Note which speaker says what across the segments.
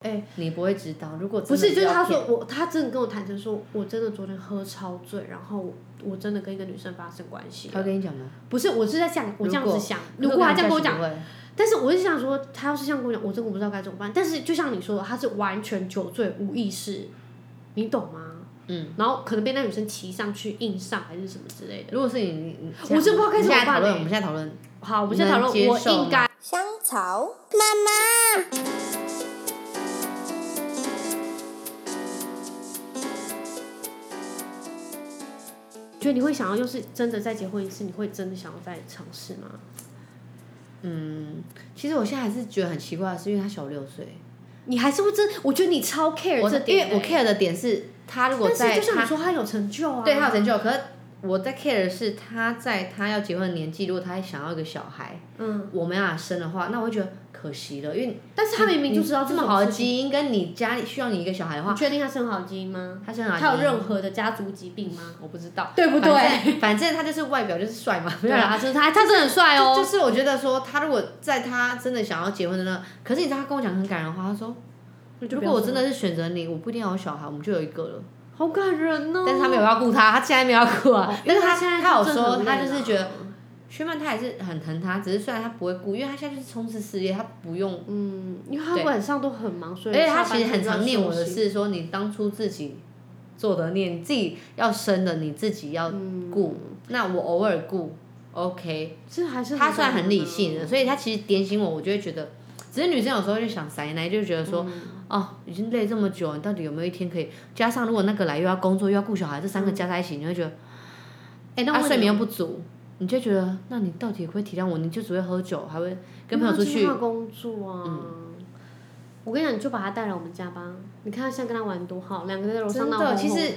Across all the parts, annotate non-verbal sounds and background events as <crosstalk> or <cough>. Speaker 1: 哎，
Speaker 2: 你不会知道。如果真
Speaker 1: 不
Speaker 2: 的
Speaker 1: 是，就是
Speaker 2: 要
Speaker 1: 他说
Speaker 2: 骗
Speaker 1: 我，他真的跟我坦诚说，我真的昨天喝超醉，然后我我真的跟一个女生发生关系
Speaker 2: 他
Speaker 1: 了。
Speaker 2: 会跟你讲吗？
Speaker 1: 不是，我是在想，我这样
Speaker 2: 呃如
Speaker 1: 子
Speaker 2: 果
Speaker 1: 想，如果他这样跟我讲，
Speaker 2: 不会，
Speaker 1: 但是我是想说，他要是这样跟我讲，我真的不知道该怎么办。但是就像你说的，他是完全酒醉无意识，你懂吗？
Speaker 2: 嗯。
Speaker 1: 然后可能被那女生骑上去硬上还是什么之类的。
Speaker 2: 如果是你，你你
Speaker 1: 我真不知道该
Speaker 2: 你现在
Speaker 1: 怎么
Speaker 2: 讨
Speaker 1: 办
Speaker 2: 论，
Speaker 1: 欸
Speaker 2: 我们现在讨论，
Speaker 1: 好，我们
Speaker 2: 你
Speaker 1: 先讨
Speaker 2: 能
Speaker 1: 论，
Speaker 2: 接
Speaker 1: 我
Speaker 2: 受
Speaker 1: 应该
Speaker 3: 香草
Speaker 1: 觉得你会想要，要是真的再结婚一次，你会真的想要再尝试吗？
Speaker 2: 嗯，其实我现在还是觉得很奇怪，的是因为他小我六岁，
Speaker 1: 你还是会真？我觉得你超 care
Speaker 2: 我
Speaker 1: 这
Speaker 2: 因
Speaker 1: 点、
Speaker 2: 为我 care 的点是他如果
Speaker 1: 但
Speaker 2: 在
Speaker 1: 是就像你
Speaker 2: 他
Speaker 1: 说，他有成就啊，
Speaker 2: 对他有成就，可是哦我在 care 的是他在他要结婚的年纪，如果他想要一个小孩，
Speaker 1: 嗯，
Speaker 2: 我没办法生的话，那我会觉得可惜了，因为
Speaker 1: 但是他明明就知道
Speaker 2: 这
Speaker 1: 种
Speaker 2: 么好的
Speaker 1: 事情，
Speaker 2: 基因，跟你家里需要你一个小孩的
Speaker 1: 你
Speaker 2: 话，
Speaker 1: 确定他生好基因吗？
Speaker 2: 他生好基因
Speaker 1: 他有任何的家族疾病吗？我不知道，
Speaker 2: 对
Speaker 1: 不 <laughs> 对
Speaker 2: 反正反正他就是外表就是帅
Speaker 1: <laughs>
Speaker 2: 嘛，没
Speaker 1: 对
Speaker 2: 有啦。
Speaker 1: 啊，就是他，他真的很帅
Speaker 2: 就就
Speaker 1: 哦。
Speaker 2: 是我觉得说，他如果在他真的想要结婚的那，可是你知道他跟我讲很感人的话，他说，如果我真的是选择你，我不一定要有小孩，我们就有一个了。
Speaker 1: 好感人哦，
Speaker 2: 但是他没有要顾他，他现在没有要顾啊。但是他
Speaker 1: 现在
Speaker 2: 他有
Speaker 1: 真的
Speaker 2: 说，
Speaker 1: 很
Speaker 2: 他
Speaker 1: 累
Speaker 2: 就是
Speaker 1: 了
Speaker 2: 觉得薛曼他还是很疼他，只是虽然他不会顾，因为他现在就是冲刺事业，他不用。
Speaker 1: 嗯，因为他
Speaker 2: 对
Speaker 1: 晚上都很忙，所
Speaker 2: 而
Speaker 1: 以
Speaker 2: 且他
Speaker 1: 下
Speaker 2: 其实
Speaker 1: 班
Speaker 2: 很
Speaker 1: 就要
Speaker 2: 常念我
Speaker 1: 休
Speaker 2: 的
Speaker 1: 息，
Speaker 2: 是说，你当初自己做的念，你自己要生的，你自己要
Speaker 1: 嗯
Speaker 2: 顾。那我偶尔顾，OK。
Speaker 1: 这还是啊
Speaker 2: 他虽然很理性
Speaker 1: 的，
Speaker 2: 的，所以他其实点醒我，我就会觉得，只是女生有时候就想塞奶，就觉得说，
Speaker 1: 嗯
Speaker 2: 哦，已经累这么久，你到底有没有一天可以？加上如果那个来又要工作又要顾小孩，这三个加在一起，你会觉得，
Speaker 1: 嗯哎，那
Speaker 2: 啊
Speaker 1: 我问
Speaker 2: 睡
Speaker 1: 你
Speaker 2: 眠
Speaker 1: 哦
Speaker 2: 又不足，你就觉得，那你到底会体谅我？你就只会喝酒，还会跟朋友出
Speaker 1: 因为
Speaker 2: 去嗯
Speaker 1: 他，工作啊。我跟你讲，你就把他带来我们家吧。你看他现在跟他玩多好，两个人在楼上
Speaker 2: 真
Speaker 1: 闹哄
Speaker 2: 的，
Speaker 1: 哄。
Speaker 2: 其实。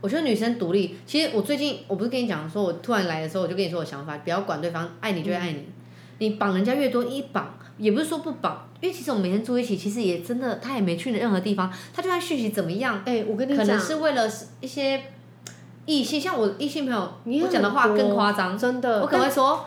Speaker 2: 我觉得女生独立，其实我最近我不是跟你讲说，我突然来的时候，我就跟你说我想法，不要管对方，爱你就会爱你，
Speaker 1: 嗯
Speaker 2: 你绑人家越多，一绑也不是说不绑，因为其实我们每天住一起，其实也真的他也没去任何地方，他就算讯息怎么样，
Speaker 1: 哎、我跟你
Speaker 2: 可
Speaker 1: 讲，
Speaker 2: 能是为了一些异性，像我异性朋
Speaker 1: 你
Speaker 2: 友，
Speaker 1: 很
Speaker 2: 我讲的话
Speaker 1: 多
Speaker 2: 更夸张，
Speaker 1: 真的，
Speaker 2: 我可能会说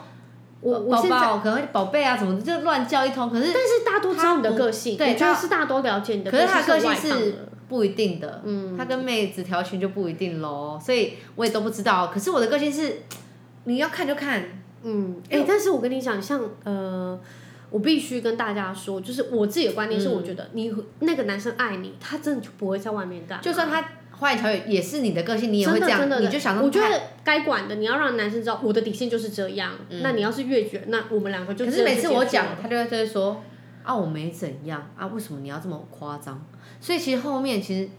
Speaker 1: 我我
Speaker 2: 呃宝
Speaker 1: 现在，
Speaker 2: 宝，可能会宝贝啊什么的，就乱叫一通，可是
Speaker 1: 但是大多知道你的个性，
Speaker 2: 对
Speaker 1: 我觉得
Speaker 2: 他
Speaker 1: 是大多了解你的
Speaker 2: 可是他
Speaker 1: 个
Speaker 2: 个
Speaker 1: 性
Speaker 2: 性
Speaker 1: 外放
Speaker 2: 是
Speaker 1: 的
Speaker 2: 不一定的，
Speaker 1: 嗯
Speaker 2: 他跟妹子调情就不一定喽，所以我也都不知道。可是我的个性是，你要看就看，
Speaker 1: 嗯，哎、但是我跟你讲，像呃，我必须跟大家说，就是我自己的观念是，
Speaker 2: 嗯
Speaker 1: 我觉得你、那个男生爱你，他真的就不会在外面干嘛，
Speaker 2: 就算他花言巧语也是你的个性，你也会
Speaker 1: 真
Speaker 2: 这
Speaker 1: 的
Speaker 2: 样
Speaker 1: 啊真，的，
Speaker 2: 你就想说
Speaker 1: 我觉
Speaker 2: 他
Speaker 1: 得该管的，你要让男生知道我的底线就是这样。那你要是越绝，那我们两个
Speaker 2: 嗯
Speaker 1: 就
Speaker 2: 哎可
Speaker 1: 真
Speaker 2: 是
Speaker 1: 的
Speaker 2: 每次
Speaker 1: 结束
Speaker 2: 我
Speaker 1: 了
Speaker 2: 讲，他就会就会说啊，我没怎样啊，为什么你要这么夸张？所以其实后面其实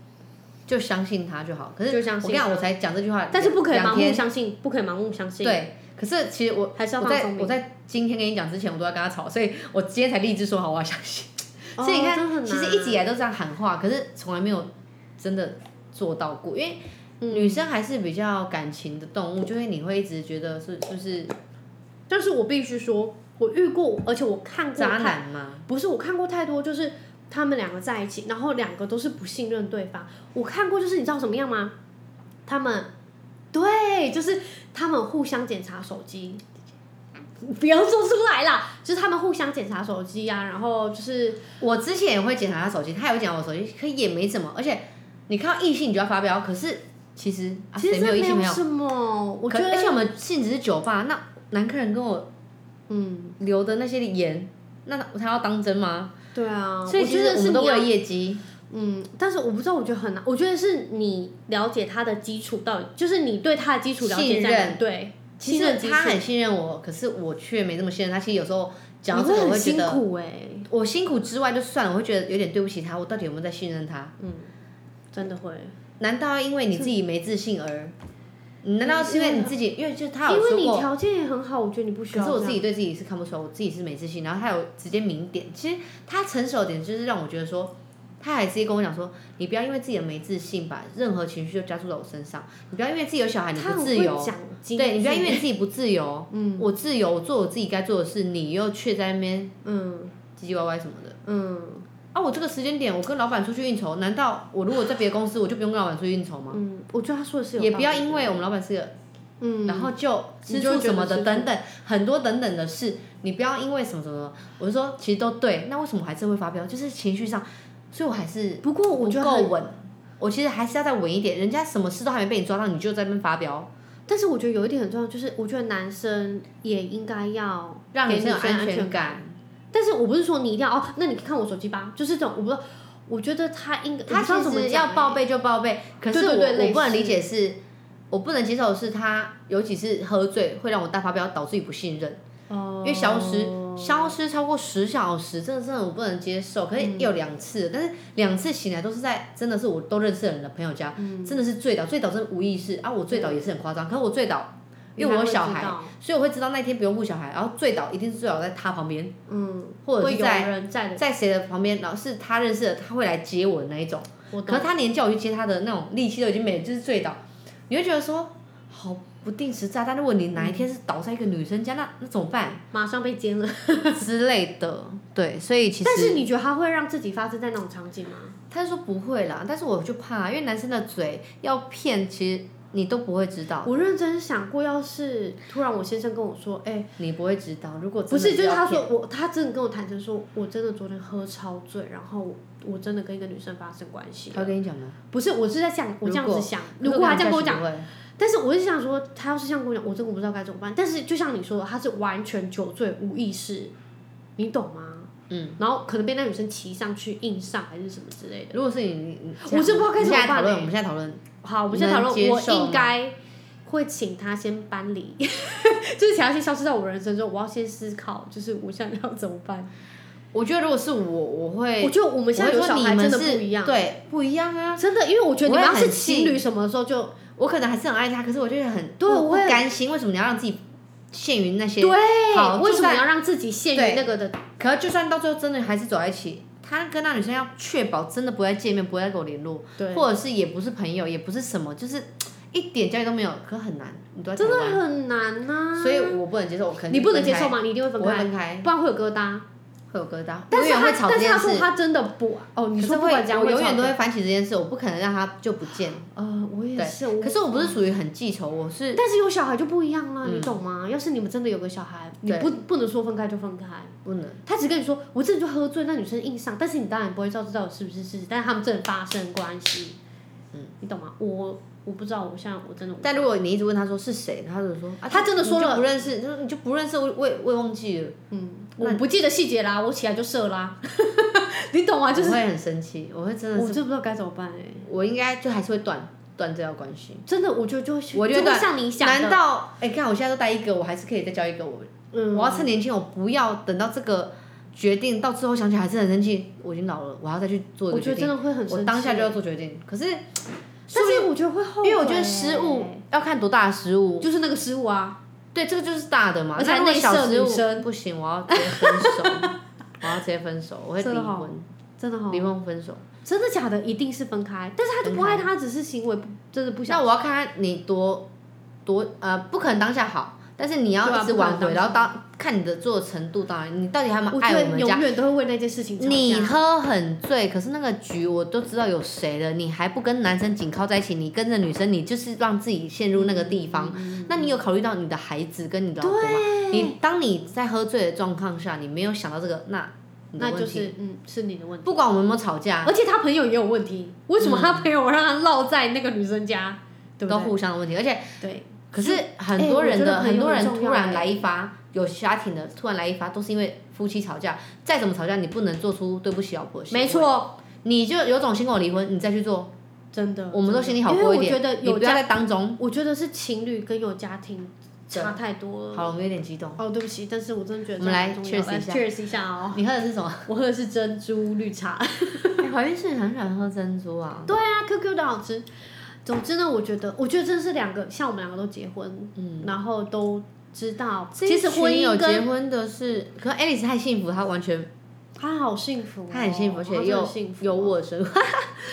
Speaker 2: 就相信他就好。可是
Speaker 1: 就相信
Speaker 2: 我跟你讲，我才讲这句话，
Speaker 1: 但是不可以盲
Speaker 2: 两
Speaker 1: 目
Speaker 2: 天
Speaker 1: 相信，不可以盲目相信。，
Speaker 2: 对。可是其实我
Speaker 1: 还是要
Speaker 2: 我
Speaker 1: 放
Speaker 2: 在
Speaker 1: 松
Speaker 2: 我在今天跟你讲之前，我都要跟他吵，所以我今天才立志说好，我要相信。
Speaker 1: 哦
Speaker 2: 所以你
Speaker 1: 真的很
Speaker 2: 看，其实一直以
Speaker 1: 难
Speaker 2: 来都这样喊话，可是从来没有真的做到过，因为
Speaker 1: 嗯
Speaker 2: 女生还是比较感情的动物，就会你会一直觉得是就是
Speaker 1: 但是我必须说，我遇过，而且我看过
Speaker 2: 渣
Speaker 1: 太
Speaker 2: 男嘛，
Speaker 1: 不是我看过太多，就是他们两个在一起，然后两个都是不信任对方。我看过，就是你知道怎么样吗？他们对，就是他们互相检查手机，不要说出来啦，就是他们互相检查手机啊，然后就是
Speaker 2: 我之前也会检查他手机，他也会检查我手机，可也没怎么。而且你看到异性你就要发飙，可是其实啊，
Speaker 1: 其
Speaker 2: 谁
Speaker 1: 实
Speaker 2: 没有
Speaker 1: 这
Speaker 2: 异性朋
Speaker 1: 没有
Speaker 2: 友？
Speaker 1: 什么，我觉
Speaker 2: 可
Speaker 1: 得
Speaker 2: 而且我们性质是酒吧，那男客人跟我
Speaker 1: 嗯，
Speaker 2: 留的那些言，那他要当真吗？
Speaker 1: 对啊，
Speaker 2: 所以
Speaker 1: 我
Speaker 2: 其
Speaker 1: 觉
Speaker 2: 实
Speaker 1: 得
Speaker 2: 我
Speaker 1: 是
Speaker 2: 们都
Speaker 1: 你
Speaker 2: 为
Speaker 1: 要
Speaker 2: 了业绩，
Speaker 1: 嗯，但是我不知道，我觉得很难。我觉得是你了解他的基础到底，就是你对他的基础了解
Speaker 2: 信
Speaker 1: 在哪
Speaker 2: 任
Speaker 1: 里对，
Speaker 2: 其
Speaker 1: 信任
Speaker 2: 实
Speaker 1: 基
Speaker 2: 他
Speaker 1: 础
Speaker 2: 很信任我，可是我却没这么信任他。其实有时候讲
Speaker 1: 你
Speaker 2: 到这个，我
Speaker 1: 很
Speaker 2: 会觉
Speaker 1: 辛
Speaker 2: 得
Speaker 1: 苦哎、
Speaker 2: 我辛苦之外就算了，我会觉得有点对不起他，我到底有没有在信任他？
Speaker 1: 真的会，
Speaker 2: 难道要因为你自己没自信而？你难道是因为你自己？因为就他有
Speaker 1: 因为
Speaker 2: 说
Speaker 1: 你
Speaker 2: 过，
Speaker 1: 条件也很好，我觉得你不需
Speaker 2: 可
Speaker 1: 要这
Speaker 2: 是
Speaker 1: 样。
Speaker 2: 我自己对自己是看不出来，我自己是没自信。然后他有直接明点，其实他成熟的点就是让我觉得说，他还直接跟我讲说，你不要因为自己的没自信，把任何情绪就加注在我身上。你不要因为自己有小孩你
Speaker 1: 他
Speaker 2: 不
Speaker 1: 很
Speaker 2: 自
Speaker 1: 会
Speaker 2: 由，
Speaker 1: 讲经济，
Speaker 2: 对，你不要因为你自己不自由。
Speaker 1: <laughs>
Speaker 2: 嗯，我自由，我做我自己该做的事，你又却在那边
Speaker 1: 嗯
Speaker 2: 唧唧歪歪什么的。
Speaker 1: 嗯
Speaker 2: 啊，我这个时间点，我跟老板出去应酬，难道我如果在别的公司，我就不用跟老板出去应酬吗？
Speaker 1: 嗯，我觉得他说的是有
Speaker 2: 也
Speaker 1: 道
Speaker 2: 不要
Speaker 1: 理
Speaker 2: 因
Speaker 1: 的
Speaker 2: 为我们老板是个
Speaker 1: 嗯，
Speaker 2: 然后就吃
Speaker 1: 你就
Speaker 2: 醋什么
Speaker 1: 觉得吃
Speaker 2: 的
Speaker 1: 醋
Speaker 2: 等等，很多等等的事，你不要因为什么什么，我就说其实都对，那为什么还是会发飙？就是情绪上，所以我还是
Speaker 1: 不过我
Speaker 2: 不
Speaker 1: 觉得
Speaker 2: 够
Speaker 1: 很
Speaker 2: 稳。我其实还是要再稳一点，人家什么事都还没被你抓到，你就在那边发飙，
Speaker 1: 但是我觉得有一点很重要，就是我觉得男生也应该要
Speaker 2: 让
Speaker 1: 给
Speaker 2: 女
Speaker 1: 女
Speaker 2: 生有
Speaker 1: 生安
Speaker 2: 全
Speaker 1: 全
Speaker 2: 感。
Speaker 1: 但是我不是说你一定要哦，那你看我手机吧，就是这种，我不知道，我觉得他应该，
Speaker 2: 他
Speaker 1: 我不知道
Speaker 2: 其
Speaker 1: 怎么
Speaker 2: 实
Speaker 1: 讲
Speaker 2: 要报备就报备，可是
Speaker 1: 对
Speaker 2: 我
Speaker 1: 对对类
Speaker 2: 我不能
Speaker 1: 似
Speaker 2: 理解是，我不能接受的是他有几次喝醉会让我大发飙，导致你不信任，
Speaker 1: 哦
Speaker 2: 因为消失消失超过十小时，这个真的我不能接受。可是也
Speaker 1: 嗯
Speaker 2: 有两次，但是两次醒来都是在真的是我都认识的人的朋友家，
Speaker 1: 嗯
Speaker 2: 真的是醉倒，醉倒真的无意识啊，我醉倒也是很夸张，可是我醉倒，因为我有小孩，，所以我会知道那天不用顾小孩，然后醉倒一定是醉倒在他旁边，
Speaker 1: 嗯，
Speaker 2: 或者
Speaker 1: 会
Speaker 2: 是
Speaker 1: 有
Speaker 2: 在
Speaker 1: 人在的，
Speaker 2: 在谁的旁边，然后是他认识的，他会来接我的那一种。
Speaker 1: 我
Speaker 2: 可
Speaker 1: 懂
Speaker 2: 是，他连叫我去接他的那种力气都已经没了，就是醉倒，你会觉得说好不定时炸弹。如果你哪一天是倒在一个女生家，那那怎么办 <laughs>
Speaker 1: 马上被奸了。
Speaker 2: 之类的？对，所以其实
Speaker 1: 但是你觉得他会让自己发生在那种场景吗？
Speaker 2: 他说不会啦，但是我就怕，因为男生的嘴要骗，其实你都不会知道，
Speaker 1: 我认真想过，要是突然我先生跟我说，哎、
Speaker 2: 你不会知道。如果真的
Speaker 1: 不是，就是
Speaker 2: 要
Speaker 1: 他
Speaker 2: 骗
Speaker 1: 说我，他真的跟我坦诚说，我真的昨天喝超醉，然后我我真的跟一个女生发生关系
Speaker 2: 他会跟你讲吗？
Speaker 1: 不是，我是在想，我这样
Speaker 2: 如
Speaker 1: 子
Speaker 2: 果
Speaker 1: 想，如果他这样跟我讲。
Speaker 2: 讲，
Speaker 1: 但是我是想说，他要是这样跟我讲，我真的不知道该怎么办。但是就像你说的，他是完全酒醉无意识，你懂吗？嗯。然后可能被那女生骑上去硬上还是什么之类的。
Speaker 2: 如果是你，你你
Speaker 1: 我真不知道该
Speaker 2: 你现在
Speaker 1: 怎么办
Speaker 2: 讨论，
Speaker 1: 欸
Speaker 2: 我们现在讨论，
Speaker 1: 好，我们先讨论，
Speaker 2: 你能
Speaker 1: 我
Speaker 2: 接受吗
Speaker 1: 应该会请他先搬离， <laughs> 就是请他先消失在我人生中。我要先思考，就是我现在要怎么办？
Speaker 2: 我觉得如果是我，我会
Speaker 1: 我觉得我
Speaker 2: 我
Speaker 1: 们现在有
Speaker 2: 会
Speaker 1: 小
Speaker 2: 说你
Speaker 1: 孩真
Speaker 2: 们
Speaker 1: 的
Speaker 2: 是
Speaker 1: 不一样，
Speaker 2: 对，不一样啊。
Speaker 1: 真的，因为我觉得你们
Speaker 2: 我
Speaker 1: 要
Speaker 2: 会很
Speaker 1: 是情侣什么的时候就
Speaker 2: 我可能还是很爱他，可是我就会很
Speaker 1: 对
Speaker 2: 不
Speaker 1: 我会
Speaker 2: 不甘心，为什么你要让自己陷于那些？好
Speaker 1: 哎对，为
Speaker 2: 就
Speaker 1: 什么
Speaker 2: 算
Speaker 1: 要让自己陷
Speaker 2: 对
Speaker 1: 于那个的
Speaker 2: 可就算到最后真的还是走在一起，他跟那女生要确保真的不会再见面，不会再跟我联络，
Speaker 1: 对？
Speaker 2: 或者是也不是朋友，也不是什么，就是嘖一点交集都没有，可很难，你都在
Speaker 1: 真
Speaker 2: 台
Speaker 1: 的
Speaker 2: 湾
Speaker 1: 很难呐、
Speaker 2: 所以我不能接受，我肯定
Speaker 1: 你不能接
Speaker 2: 分
Speaker 1: 受吗？你一定会
Speaker 2: 开，我
Speaker 1: 分
Speaker 2: 会
Speaker 1: 开，
Speaker 2: 分开，
Speaker 1: 不然会有疙瘩。
Speaker 2: 会有疙瘩，
Speaker 1: 但是
Speaker 2: 永远会，
Speaker 1: 他
Speaker 2: 吵这
Speaker 1: 但是
Speaker 2: 件
Speaker 1: 他说
Speaker 2: 事。
Speaker 1: 他真的不哦，你
Speaker 2: 可是
Speaker 1: 说不
Speaker 2: 会，
Speaker 1: 管怎样，
Speaker 2: 我永远都
Speaker 1: 会
Speaker 2: 会反省这件事，我不可能让他就不见。
Speaker 1: 吵。呃，我也
Speaker 2: 对
Speaker 1: 是，我
Speaker 2: 可是我不是属于很记仇，我是嗯
Speaker 1: 但是有小孩就不一样啦，你懂吗？要是你们真的有个小孩，你
Speaker 2: 对
Speaker 1: 不不能说分开就分开。
Speaker 2: 不能。
Speaker 1: 他只跟你说，我真的就喝醉，那女生硬上，但是你当然不会照知道是不是事实，但是他们真的发生关系，嗯，你懂吗？我我不知道，我现在我真的
Speaker 2: 但如果你一直问他说是谁，他就说啊，
Speaker 1: 他真的说
Speaker 2: 了不认识，他说你就不认识，我我也我也忘记了，
Speaker 1: 我不记得细节啦，我起来就射啦， <laughs> 你懂吗？就是
Speaker 2: 我会很生气，我会真的
Speaker 1: 我
Speaker 2: 是，
Speaker 1: 真不知道该怎么办哎、
Speaker 2: 我应该就还是会断断这条关系。
Speaker 1: 真的，我觉得就会，
Speaker 2: 我觉
Speaker 1: 就
Speaker 2: 得
Speaker 1: 会像你想
Speaker 2: 难
Speaker 1: 的，
Speaker 2: 道哎，看我现在都带一个，我还是可以再交一个，我
Speaker 1: 嗯，
Speaker 2: 我要趁年轻，我不要等到这个决定到最后想起来还是很生气，我已经老了，我还要再去做一
Speaker 1: 我
Speaker 2: 个决
Speaker 1: 觉得
Speaker 2: 定，
Speaker 1: 真的会很
Speaker 2: 我
Speaker 1: 生
Speaker 2: 当下
Speaker 1: 气
Speaker 2: 就要做决定。可是
Speaker 1: 但是我觉得会后
Speaker 2: 因
Speaker 1: 悔欸，
Speaker 2: 为
Speaker 1: 欸
Speaker 2: 我觉得失误要看多大的失误，
Speaker 1: 就是那个失误啊，
Speaker 2: 对，这个就是大的嘛。
Speaker 1: 而且
Speaker 2: 那
Speaker 1: 还
Speaker 2: 如果
Speaker 1: 内
Speaker 2: 小
Speaker 1: 射
Speaker 2: 失
Speaker 1: 女
Speaker 2: 误
Speaker 1: 生
Speaker 2: 不行，我要直接分手，我要直接分手，我会
Speaker 1: <laughs> 真
Speaker 2: 离
Speaker 1: 的哦
Speaker 2: 婚，
Speaker 1: 真的哈、
Speaker 2: 离婚分手。
Speaker 1: 真的假的？一定是分开，但是他就不爱他，只是行为不真的不想。
Speaker 2: 那我要看看你多多呃，不可能当下好，但是你
Speaker 1: 对
Speaker 2: 要
Speaker 1: 啊
Speaker 2: 一直
Speaker 1: 不可能
Speaker 2: 挽回，
Speaker 1: 当
Speaker 2: 然后当看你的做的程度，当然你到底还有没有
Speaker 1: 我觉
Speaker 2: 爱我
Speaker 1: 得
Speaker 2: 们
Speaker 1: 永
Speaker 2: 家。
Speaker 1: 远都会为那件事情吵架。
Speaker 2: 你喝很醉，可是那个局我都知道有谁了，你还不跟男生紧靠在一起，你跟着女生，你就是让自己陷入那个地方。
Speaker 1: 嗯
Speaker 2: 那你有考虑到你的孩子跟你的老婆吗？你当你在喝醉的状况下，你没有想到这个，那你的
Speaker 1: 那就
Speaker 2: 问题啊
Speaker 1: 是嗯，是你的问题。啊
Speaker 2: 不管我们有没有吵架，
Speaker 1: 而且他朋友也有问题，为什么他朋友让他落在那个女生家？对
Speaker 2: 嗯
Speaker 1: 不
Speaker 2: 都
Speaker 1: 对？
Speaker 2: 互相的问题，而且
Speaker 1: 对，
Speaker 2: 可是很多人
Speaker 1: 我觉
Speaker 2: 的、
Speaker 1: 得朋友
Speaker 2: 很多欸人
Speaker 1: 很重要
Speaker 2: 突然来一发，有家庭的突然来一发，都是因为夫妻吵架。再怎么吵架，你不能做出对不起老婆的行为
Speaker 1: 没，错，
Speaker 2: 你就有种先跟我离婚，你再去做，
Speaker 1: 真的，
Speaker 2: 我们都
Speaker 1: 真
Speaker 2: 心
Speaker 1: 的
Speaker 2: 里好
Speaker 1: 因为
Speaker 2: 过一
Speaker 1: 我
Speaker 2: 点。
Speaker 1: 觉得
Speaker 2: 你
Speaker 1: 有
Speaker 2: 不要
Speaker 1: 家，
Speaker 2: 在当中。
Speaker 1: 我觉得是情侣跟有家庭差太多了。
Speaker 2: 好了，我们有点激动。
Speaker 1: 哦，对不起，但是我真的觉得
Speaker 2: 我们来 cheers 一
Speaker 1: 下，cheers 一下哦。
Speaker 2: 你喝的是什么？
Speaker 1: 我喝的是珍珠绿茶。
Speaker 2: <laughs> 哎怀孕是很喜欢喝珍珠啊。
Speaker 1: 对啊，QQ 的好吃。总之呢，我觉得，我觉得真的是两个，像我们两个都结婚，嗯，然后都知道，其实
Speaker 2: 这一群
Speaker 1: 婚
Speaker 2: 有
Speaker 1: 姻
Speaker 2: 结
Speaker 1: 跟
Speaker 2: 婚的是，可是 Alice 太幸福，她完全
Speaker 1: 他好幸福哦、
Speaker 2: 她很幸福，而
Speaker 1: 她
Speaker 2: 且
Speaker 1: 真的
Speaker 2: 又
Speaker 1: 幸福
Speaker 2: 有我生活。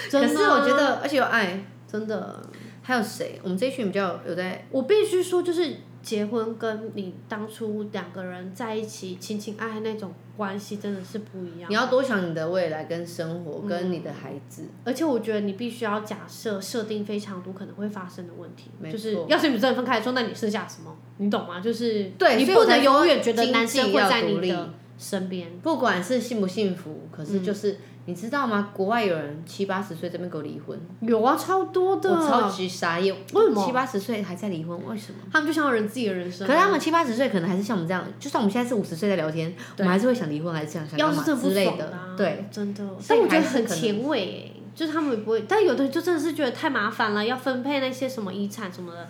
Speaker 1: 真
Speaker 2: 可
Speaker 1: 的
Speaker 2: 是
Speaker 1: 啊
Speaker 2: 我觉得，而且有爱。
Speaker 1: 真的，
Speaker 2: 还有谁？我们这一群比较有在
Speaker 1: 我必须说，就是结婚跟你当初两个人在一起情情爱爱那种关系真的是不一样
Speaker 2: 你。要多想你的未来跟生活，跟你的孩子。
Speaker 1: 而且我觉得你必须要假设设定非常多可能会发生的问题，
Speaker 2: 没
Speaker 1: 就是
Speaker 2: 错
Speaker 1: 要是你们真的分开说，那你剩下什么？你懂吗？就是
Speaker 2: 对
Speaker 1: 你
Speaker 2: 所以我
Speaker 1: 不
Speaker 2: 才
Speaker 1: 能
Speaker 2: 说
Speaker 1: 永远觉得
Speaker 2: 经
Speaker 1: 男
Speaker 2: 济
Speaker 1: 生会
Speaker 2: 要
Speaker 1: 在
Speaker 2: 独
Speaker 1: 你
Speaker 2: 立
Speaker 1: 的身边。
Speaker 2: 嗯不管是幸不幸福，可是就是你知道吗？国外有人七八十岁这边给我离婚，
Speaker 1: 有啊，超多的，
Speaker 2: 我超级傻眼，
Speaker 1: 为什么
Speaker 2: 七八十岁还在离婚？为什么？
Speaker 1: 他们就想要人自己的人生
Speaker 2: 可
Speaker 1: 啊。
Speaker 2: 是他们七八十岁可能还是像我们这样，就算我们现在是五十岁在聊天，我们还是会想离婚，还是想想
Speaker 1: 要
Speaker 2: 干
Speaker 1: 是
Speaker 2: 嘛
Speaker 1: 真的不
Speaker 2: 之类
Speaker 1: 爽
Speaker 2: 的
Speaker 1: 啊。
Speaker 2: 对，，
Speaker 1: 真的。
Speaker 2: 所
Speaker 1: 但
Speaker 2: 以
Speaker 1: 我觉
Speaker 2: 还
Speaker 1: 得
Speaker 2: 是
Speaker 1: 很
Speaker 2: 可能
Speaker 1: 前卫诶、就是他们不会，但有的人就真的是觉得太麻烦了，要分配那些什么遗产什么的。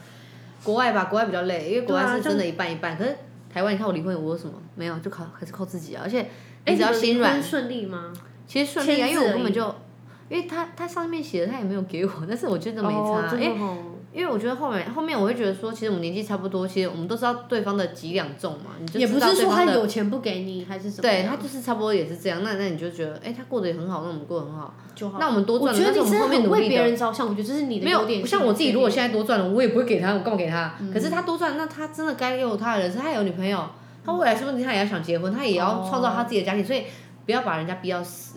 Speaker 2: 国外吧，国外比较累，因为国
Speaker 1: 对啊
Speaker 2: 外是真的一半一半。可是台湾，你看我离婚，我有什么？没有，就靠还是靠自己啊。而且你只要
Speaker 1: 们离
Speaker 2: 心
Speaker 1: 婚
Speaker 2: 软，
Speaker 1: 顺利吗？
Speaker 2: 其实顺利啊，
Speaker 1: 签字
Speaker 2: 因为我
Speaker 1: 而
Speaker 2: 根本
Speaker 1: 已
Speaker 2: 就，因为他他上面写的他也没有给我，但是我觉得没
Speaker 1: 哦
Speaker 2: 差，
Speaker 1: 真
Speaker 2: 因为
Speaker 1: 的哦
Speaker 2: 因为我觉得后面后面我会觉得说，其实我们年纪差不多，其实我们都知道对方的几两重嘛，哎你就
Speaker 1: 也不
Speaker 2: 知道
Speaker 1: 是
Speaker 2: 对
Speaker 1: 说
Speaker 2: 方
Speaker 1: 他
Speaker 2: 的。
Speaker 1: 有钱不给你，还是什么
Speaker 2: 对
Speaker 1: 样？
Speaker 2: 他就是差不多也是这样，那那你就觉得，哎、他过得也很好，那我们过得很好，
Speaker 1: 就好。
Speaker 2: 那我们多
Speaker 1: 我
Speaker 2: 赚了，
Speaker 1: 觉得
Speaker 2: 但是
Speaker 1: 你
Speaker 2: 我们
Speaker 1: 真
Speaker 2: 后
Speaker 1: 的
Speaker 2: 面
Speaker 1: 很
Speaker 2: 努
Speaker 1: 为
Speaker 2: 力
Speaker 1: 别
Speaker 2: 的。
Speaker 1: 人着想，我觉得这是你的
Speaker 2: 没
Speaker 1: 优
Speaker 2: 有
Speaker 1: 点。
Speaker 2: 像我自己，如果现在多赚了，我也不会给他，我干嘛给他？
Speaker 1: 嗯
Speaker 2: 可是他多赚，那他真的该有他的人生，他有女朋友，他未来说不定他也要想结婚，他也要
Speaker 1: 哦
Speaker 2: 创造他自己的家庭，所以不要把人家逼到死，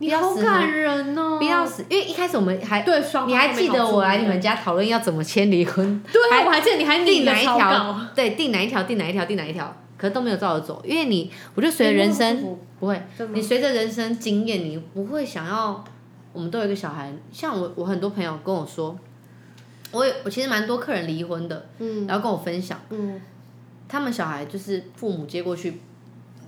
Speaker 1: 你好
Speaker 2: 不要死
Speaker 1: 感人哦，
Speaker 2: 逼到死。因为一开始我们还，
Speaker 1: 对双方
Speaker 2: 你还
Speaker 1: 都没
Speaker 2: 记得
Speaker 1: 好处
Speaker 2: 我来你们家讨论要怎么签离婚，
Speaker 1: <laughs> 对啊，
Speaker 2: 还
Speaker 1: 我还记得你还
Speaker 2: 定
Speaker 1: 拟了
Speaker 2: 哪一
Speaker 1: 草稿，
Speaker 2: 条？对，定哪一条？定哪一条？定哪一条？可是都没有照着走，因为你，我就随
Speaker 1: 哎
Speaker 2: 着人生不会。
Speaker 1: 真的
Speaker 2: 你随着人生经验，你不会想要。我们都有一个小孩，像我，我很多朋友跟我说，我有我其实蛮多客人离婚的，
Speaker 1: 嗯
Speaker 2: 然后跟我分享，
Speaker 1: 嗯，
Speaker 2: 他们小孩就是父母接过去，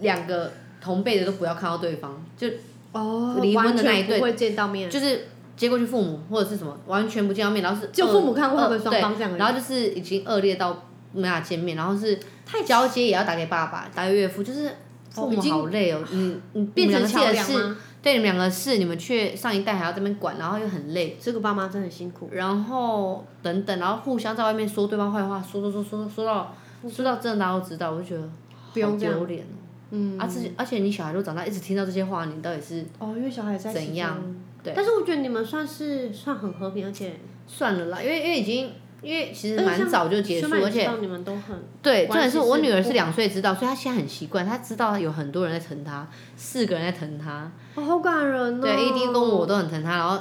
Speaker 2: 两个同辈的都不要看到对方，就
Speaker 1: 哦，
Speaker 2: 离婚的那一
Speaker 1: 完全不会见到面，
Speaker 2: 就是接过去父母或者是什么，完全不见到面，然后是
Speaker 1: 就
Speaker 2: 恶
Speaker 1: 父母看过他们
Speaker 2: 恶
Speaker 1: 双方这样而
Speaker 2: 对
Speaker 1: 已
Speaker 2: 然后就是已经恶劣到没办法见面，然后是太交接也要打给爸爸，打给岳父，就是父
Speaker 1: 哦已
Speaker 2: 母
Speaker 1: 经
Speaker 2: 好累哦，你你
Speaker 1: 变
Speaker 2: 你们
Speaker 1: 成
Speaker 2: 两个自己的
Speaker 1: 桥梁
Speaker 2: 事
Speaker 1: 吗？
Speaker 2: 对你们两个是你们却上一代还要这边管，然后又很累，
Speaker 1: 这个爸妈真的很辛苦，
Speaker 2: 然后等等，然后互相在外面说对方坏话，说说说说说到说到真的大家都知道，我就觉得
Speaker 1: 嗯不用
Speaker 2: 好
Speaker 1: 这样
Speaker 2: 丢脸哦。
Speaker 1: 嗯，
Speaker 2: 而且而且你小孩都长大，一直听到这些话，你到底是
Speaker 1: 哦，因为小孩在
Speaker 2: 怎样
Speaker 1: 其中？
Speaker 2: 对
Speaker 1: 但是我觉得你们算是算很和平，而且
Speaker 2: 算了啦？因为因为已经因为其实
Speaker 1: 而且
Speaker 2: 蛮
Speaker 1: 像
Speaker 2: 早就结
Speaker 1: 虽
Speaker 2: 束，
Speaker 1: 然
Speaker 2: 而且
Speaker 1: 知道你们都很
Speaker 2: 对，重
Speaker 1: 关
Speaker 2: 点
Speaker 1: 系
Speaker 2: 是我
Speaker 1: 是
Speaker 2: 女儿是
Speaker 1: 不
Speaker 2: 两岁知道，所以她现在很习惯，她知道有很多人在疼她，四个人在疼她，
Speaker 1: 哦，好感人哦。
Speaker 2: 对，AD 跟我都很疼她，然后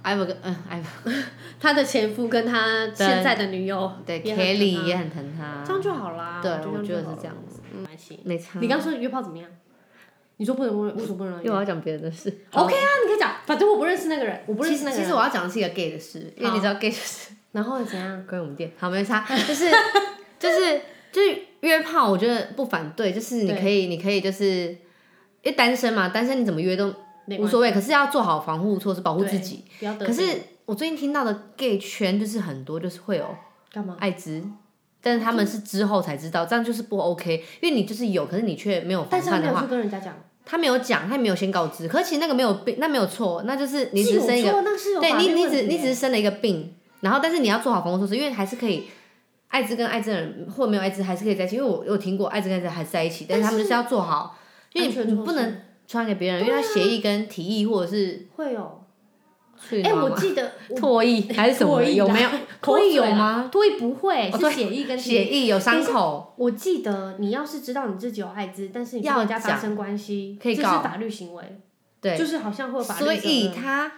Speaker 2: i v 跟嗯 i v
Speaker 1: 他的前夫跟他现在的女友
Speaker 2: 对
Speaker 1: 哦也很疼
Speaker 2: Kelly
Speaker 1: 他
Speaker 2: 也很疼她
Speaker 1: 这，样就好啦。
Speaker 2: 对，
Speaker 1: 就
Speaker 2: 我觉
Speaker 1: 就
Speaker 2: 得
Speaker 1: 好
Speaker 2: 是
Speaker 1: 了
Speaker 2: 这样。子，
Speaker 1: 嗯，蛮行。
Speaker 2: 没差。
Speaker 1: 你刚说约炮怎么样？你说不能问，为什么不能
Speaker 2: 因为
Speaker 1: 约
Speaker 2: 我要讲别的事。
Speaker 1: ？OK 啊，你可以讲，反正我不认识那个人，我不认
Speaker 2: 其
Speaker 1: 识
Speaker 2: 实
Speaker 1: 那个
Speaker 2: 其
Speaker 1: 人。
Speaker 2: 实我要讲的是一个 gay 的事，因为你知道 gay 就是
Speaker 1: 然后怎样？
Speaker 2: 关于我们店，好没
Speaker 1: <laughs>
Speaker 2: 差，就是就是就是约炮，我觉得不反对，就是你
Speaker 1: 对
Speaker 2: 可以你可以就是，因为单身嘛，单身你怎么约都
Speaker 1: 没
Speaker 2: 无
Speaker 1: 关系
Speaker 2: 所谓，可是要做好防护措施，保护自己。，
Speaker 1: 对不要得
Speaker 2: 可
Speaker 1: 病
Speaker 2: 是我最近听到的 gay 圈就是很多就是会有
Speaker 1: 干嘛？
Speaker 2: 艾滋，但是他们是之后才知道，这样就是不 OK，因为你就是有，可是你却没有防
Speaker 1: 但是他
Speaker 2: 范
Speaker 1: 没
Speaker 2: 的
Speaker 1: 有
Speaker 2: 话，
Speaker 1: 去跟人家讲，
Speaker 2: 他没有讲，他没有先告知，可是其实那个没有病，那没有错，那就是你
Speaker 1: 是
Speaker 2: 只
Speaker 1: 有
Speaker 2: 是生一个，
Speaker 1: 错那是有
Speaker 2: 对
Speaker 1: 法
Speaker 2: 你
Speaker 1: 律
Speaker 2: 你
Speaker 1: 问
Speaker 2: 只
Speaker 1: 题
Speaker 2: 你
Speaker 1: 耶
Speaker 2: 只是生了一个病，然后但是你要做好防护措施，因为还是可以。艾滋跟艾滋的人或没有艾滋还是可以在一起，因为我有听过艾滋跟艾滋还是在一起，但是他们就是要做好，因为
Speaker 1: 安全
Speaker 2: 你你
Speaker 1: 措
Speaker 2: 不
Speaker 1: 施
Speaker 2: 能传给别人，因为他协议跟提议或者是
Speaker 1: 会有。
Speaker 2: 处理
Speaker 1: 哎，
Speaker 2: 妈妈
Speaker 1: 我记得
Speaker 2: 唾 <laughs> 液还是什么的？
Speaker 1: 唾液
Speaker 2: 有没有？唾液有吗？？
Speaker 1: 脱衣不会，
Speaker 2: 哦
Speaker 1: 是血液跟
Speaker 2: 啊血
Speaker 1: 液。
Speaker 2: 液有伤口，
Speaker 1: 我记得你要是知道你自己有艾滋，但是你跟
Speaker 2: 要
Speaker 1: 人家发
Speaker 2: 讲
Speaker 1: 生关系，
Speaker 2: 可以
Speaker 1: 这是
Speaker 2: 告
Speaker 1: 法律行为，
Speaker 2: 对，
Speaker 1: 就是好像会有法律责
Speaker 2: 所
Speaker 1: 任。
Speaker 2: 以他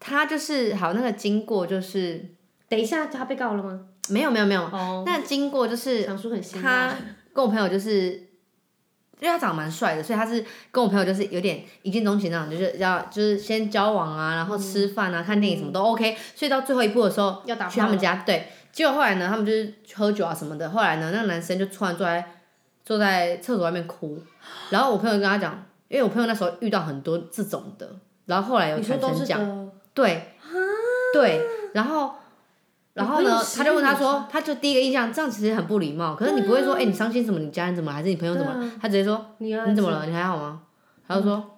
Speaker 2: 他就是好那个经过就是
Speaker 1: 等一下他被告了吗？
Speaker 2: 没有没有没有，
Speaker 1: 哦，
Speaker 2: 那经过就是
Speaker 1: 想说很辛辣
Speaker 2: 他跟我朋友就是。因为他长得蛮帅的，所以他是跟我朋友就是有点一见钟情那种，就是要就是先交往啊，然后吃饭啊、看电影什么都 OK，所以到最后一步的时候
Speaker 1: 要打炮
Speaker 2: 去他们家，对，结果后来呢，他们就是去喝酒啊什么的，后来呢，那个男生就突然坐在坐在厕所外面哭，然后我朋友跟他讲，因为我朋友那时候遇到很多这种的，然后后来有
Speaker 1: 你说
Speaker 2: 产
Speaker 1: 都
Speaker 2: 生
Speaker 1: 是
Speaker 2: 讲，
Speaker 1: 的，
Speaker 2: 对，对，然后。然后
Speaker 1: 你
Speaker 2: 呢
Speaker 1: 朋友，
Speaker 2: 他就问他
Speaker 1: 十六
Speaker 2: 说，他就第一个印象，这样其实很不礼貌。可是你不会说，哎、你伤心什么？你家人怎么？还是你朋友怎么？他直接说，
Speaker 1: 你要嗯
Speaker 2: 你怎么了？你还好吗？他就说，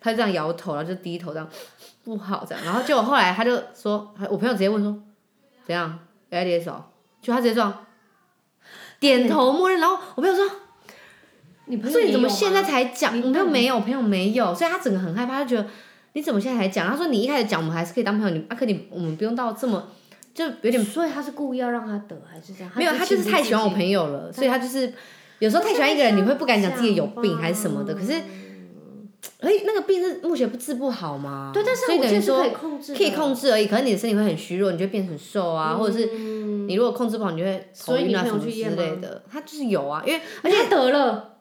Speaker 2: 他就这样摇头，然后就低头这样，不好这样。然后结果后来他就说，我朋友直接问说，怎样？有在点手？就他直接这样，点头默认。然后我朋友说，
Speaker 1: 你朋友
Speaker 2: 所以你
Speaker 1: 也
Speaker 2: 怎么
Speaker 1: 有吗
Speaker 2: 现在才讲？
Speaker 1: 你
Speaker 2: 我朋友没有，我朋友没有，所以他整个很害怕，他觉得你怎么现在才讲？他说你一开始讲，我们还是可以当朋友，你啊，可你我们不用到这么，就有点
Speaker 1: 所以他是故意要让他得还是这样？
Speaker 2: 没有，他就是太喜欢我
Speaker 1: 友，
Speaker 2: 朋友了，所以他
Speaker 1: 啊
Speaker 2: 就是有时候太喜欢一个人，你会不敢讲自己有病还是什么的。可是，哎，那个病是目前不治不好吗？
Speaker 1: 对，但是
Speaker 2: 啊所以
Speaker 1: 我
Speaker 2: 等
Speaker 1: 觉
Speaker 2: 于
Speaker 1: 得是
Speaker 2: 说
Speaker 1: 可以控制，
Speaker 2: 可以，控制而已，可是你的身体会很虚弱，你就会变得很瘦啊，或者是
Speaker 1: 是
Speaker 2: 你如果控制不好，你就会头
Speaker 1: 所以你
Speaker 2: 晕啊
Speaker 1: 朋
Speaker 2: 什
Speaker 1: 友
Speaker 2: 么
Speaker 1: 去
Speaker 2: 之
Speaker 1: 验吗
Speaker 2: 类的。他就是有啊，因为
Speaker 1: 而且他得了，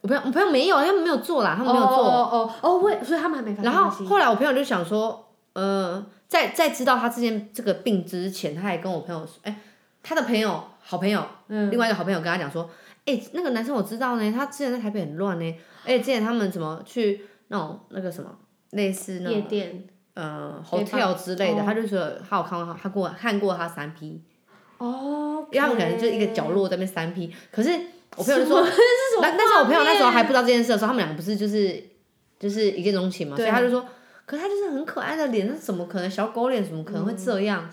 Speaker 2: 我朋友我朋友没有，啊他们没有做啦，他们没有做。
Speaker 1: 哦哦哦，我也所以他们还没发现。
Speaker 2: 然后后来我朋友就想说，呃，在在知道他之前这个病之前，他还跟我朋友说，哎、他的朋友好朋友，
Speaker 1: 嗯，
Speaker 2: 另外一个好朋友跟他讲说，哎、那个男生我知道呢，他之前在台北很乱呢，而且之前他们什么去那种那个什么类似那
Speaker 1: 夜
Speaker 2: 种
Speaker 1: 店
Speaker 2: 呃
Speaker 1: Gay
Speaker 2: hotel 之类的，
Speaker 1: 哦
Speaker 2: 他就说他有看过他过看过他三 P，
Speaker 1: 哦，
Speaker 2: 因为他们可能就是一个角落在那边三 P，可是我朋友就说。
Speaker 1: 什么 <laughs> 是什么
Speaker 2: 那但是我朋友那时候
Speaker 1: 画面
Speaker 2: 还不知道这件事的时候，他们两个不是就是就是一见钟情嘛，所
Speaker 1: 对
Speaker 2: 以他就说，可是他就是很可爱的脸，那怎么可能小狗脸怎么可能会这样？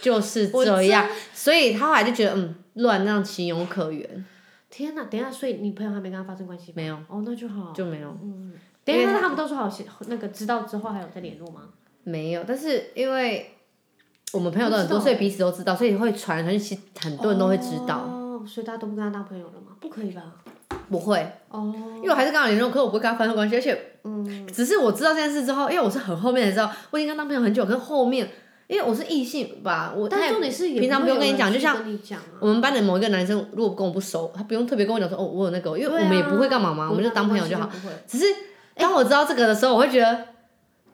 Speaker 2: 就是
Speaker 1: 嗯 <laughs> 我
Speaker 2: 这样，所以他后来就觉得嗯，乱让情有可原，
Speaker 1: 天哪，等一下，所以你朋友还没跟他发生关系？
Speaker 2: 没有
Speaker 1: 哦，那就好。
Speaker 2: 就没有
Speaker 1: 嗯，等
Speaker 2: 因
Speaker 1: 一
Speaker 2: 为
Speaker 1: 下，那他们都说好，那个知道之后还有在联络吗？
Speaker 2: 没有，但是因为我们朋友都很
Speaker 1: 不
Speaker 2: 多，
Speaker 1: 知道
Speaker 2: 所以彼此都知道，所以会传来传去，其实很多人都会知道，
Speaker 1: 哦，所以大家都不跟他当朋友了吗？不可以吧？
Speaker 2: 不会，
Speaker 1: 哦，
Speaker 2: 因为我还是跟他联络，可是我不会跟他发生关系，而且
Speaker 1: 嗯，
Speaker 2: 只是我知道这件事之后，因为我是很后面才知道，我已经跟他当朋友很久，可是后面因为我是异性吧，我他
Speaker 1: 但
Speaker 2: 也
Speaker 1: 重点是也
Speaker 2: 平常
Speaker 1: 不
Speaker 2: 不
Speaker 1: 会
Speaker 2: 用跟你
Speaker 1: 有人
Speaker 2: 讲，就
Speaker 1: 去
Speaker 2: 像
Speaker 1: 跟你讲啊，
Speaker 2: 我们班的某一个男生，如果跟我不熟，他不用特别跟我讲说哦，我有那个，因为我们也不会干嘛嘛，
Speaker 1: 对啊
Speaker 2: 我们就当朋友就好。。
Speaker 1: 不会
Speaker 2: 只是当我知道这个的时候，我会觉得，哎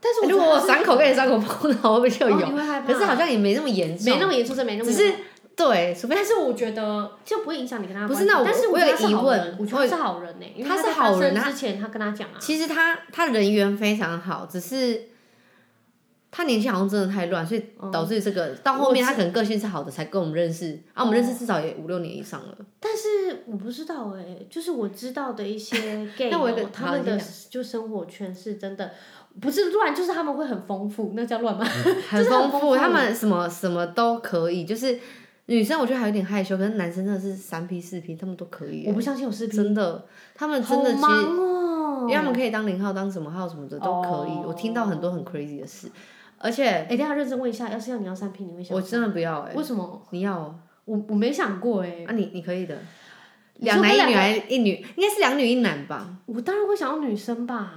Speaker 1: 但哎是
Speaker 2: 如
Speaker 1: 我
Speaker 2: 果我
Speaker 1: 觉得
Speaker 2: 伤口跟你伤口碰到，会不会就
Speaker 1: 哦
Speaker 2: 有？
Speaker 1: 你会害怕，
Speaker 2: 可是好像也没那么严重，
Speaker 1: 没那么严肃，这没那么
Speaker 2: 只
Speaker 1: 严
Speaker 2: 是对，除非
Speaker 1: 但是我觉得这不会影响你跟他的
Speaker 2: 不是
Speaker 1: 关系
Speaker 2: 那我
Speaker 1: 但是
Speaker 2: 我
Speaker 1: 觉
Speaker 2: 有
Speaker 1: 得他
Speaker 2: 疑
Speaker 1: 是好
Speaker 2: 问
Speaker 1: 人我觉
Speaker 2: 我
Speaker 1: 得他是好人呢、因为
Speaker 2: 他是
Speaker 1: 在
Speaker 2: 好人
Speaker 1: 发
Speaker 2: 他
Speaker 1: 生之前他跟他讲啊，
Speaker 2: 其实他他人缘非常好，只是他年轻好像真的太乱，所以
Speaker 1: 哦
Speaker 2: 导致于这个、到后面他可能个性是好的，才跟我们认识啊，我们认识至少也五六年以上了。
Speaker 1: 但是我不知道哎、就是我知道的一 <laughs> 些 gay，
Speaker 2: 那我有一
Speaker 1: 哦
Speaker 2: 个
Speaker 1: 他
Speaker 2: 好
Speaker 1: 们
Speaker 2: 你先
Speaker 1: 的就生活圈是真的不是乱，就是他们会很丰富，那叫乱
Speaker 2: <laughs>
Speaker 1: 吗？
Speaker 2: 很
Speaker 1: 嗯就是很
Speaker 2: 丰
Speaker 1: 丰
Speaker 2: 富，
Speaker 1: 富
Speaker 2: 他们什么什么都可以，就是女生我觉得还有点害羞，可是男生真的是三 P 四 P 他们都可以
Speaker 1: 我
Speaker 2: 耶，
Speaker 1: 不相信有视频，
Speaker 2: 真的，他们真的其
Speaker 1: 好
Speaker 2: 实，
Speaker 1: 忙哦
Speaker 2: 因。为他们可以当零号、当什么号什么的都可以。
Speaker 1: 哦
Speaker 2: 我听到很多很 crazy 的事，而且
Speaker 1: 哎、等一下认真问一下，要是要你要三 P，你会想
Speaker 2: 我真的不要哎、
Speaker 1: 为什么？
Speaker 2: 你要哦？
Speaker 1: 我我没想过哎、
Speaker 2: 啊你你可以的，
Speaker 1: 你
Speaker 2: 两
Speaker 1: 说
Speaker 2: 男
Speaker 1: 我
Speaker 2: 一
Speaker 1: 两
Speaker 2: 女
Speaker 1: 个
Speaker 2: 还一女，应该是两女一男吧？
Speaker 1: 我当然会想要女生吧，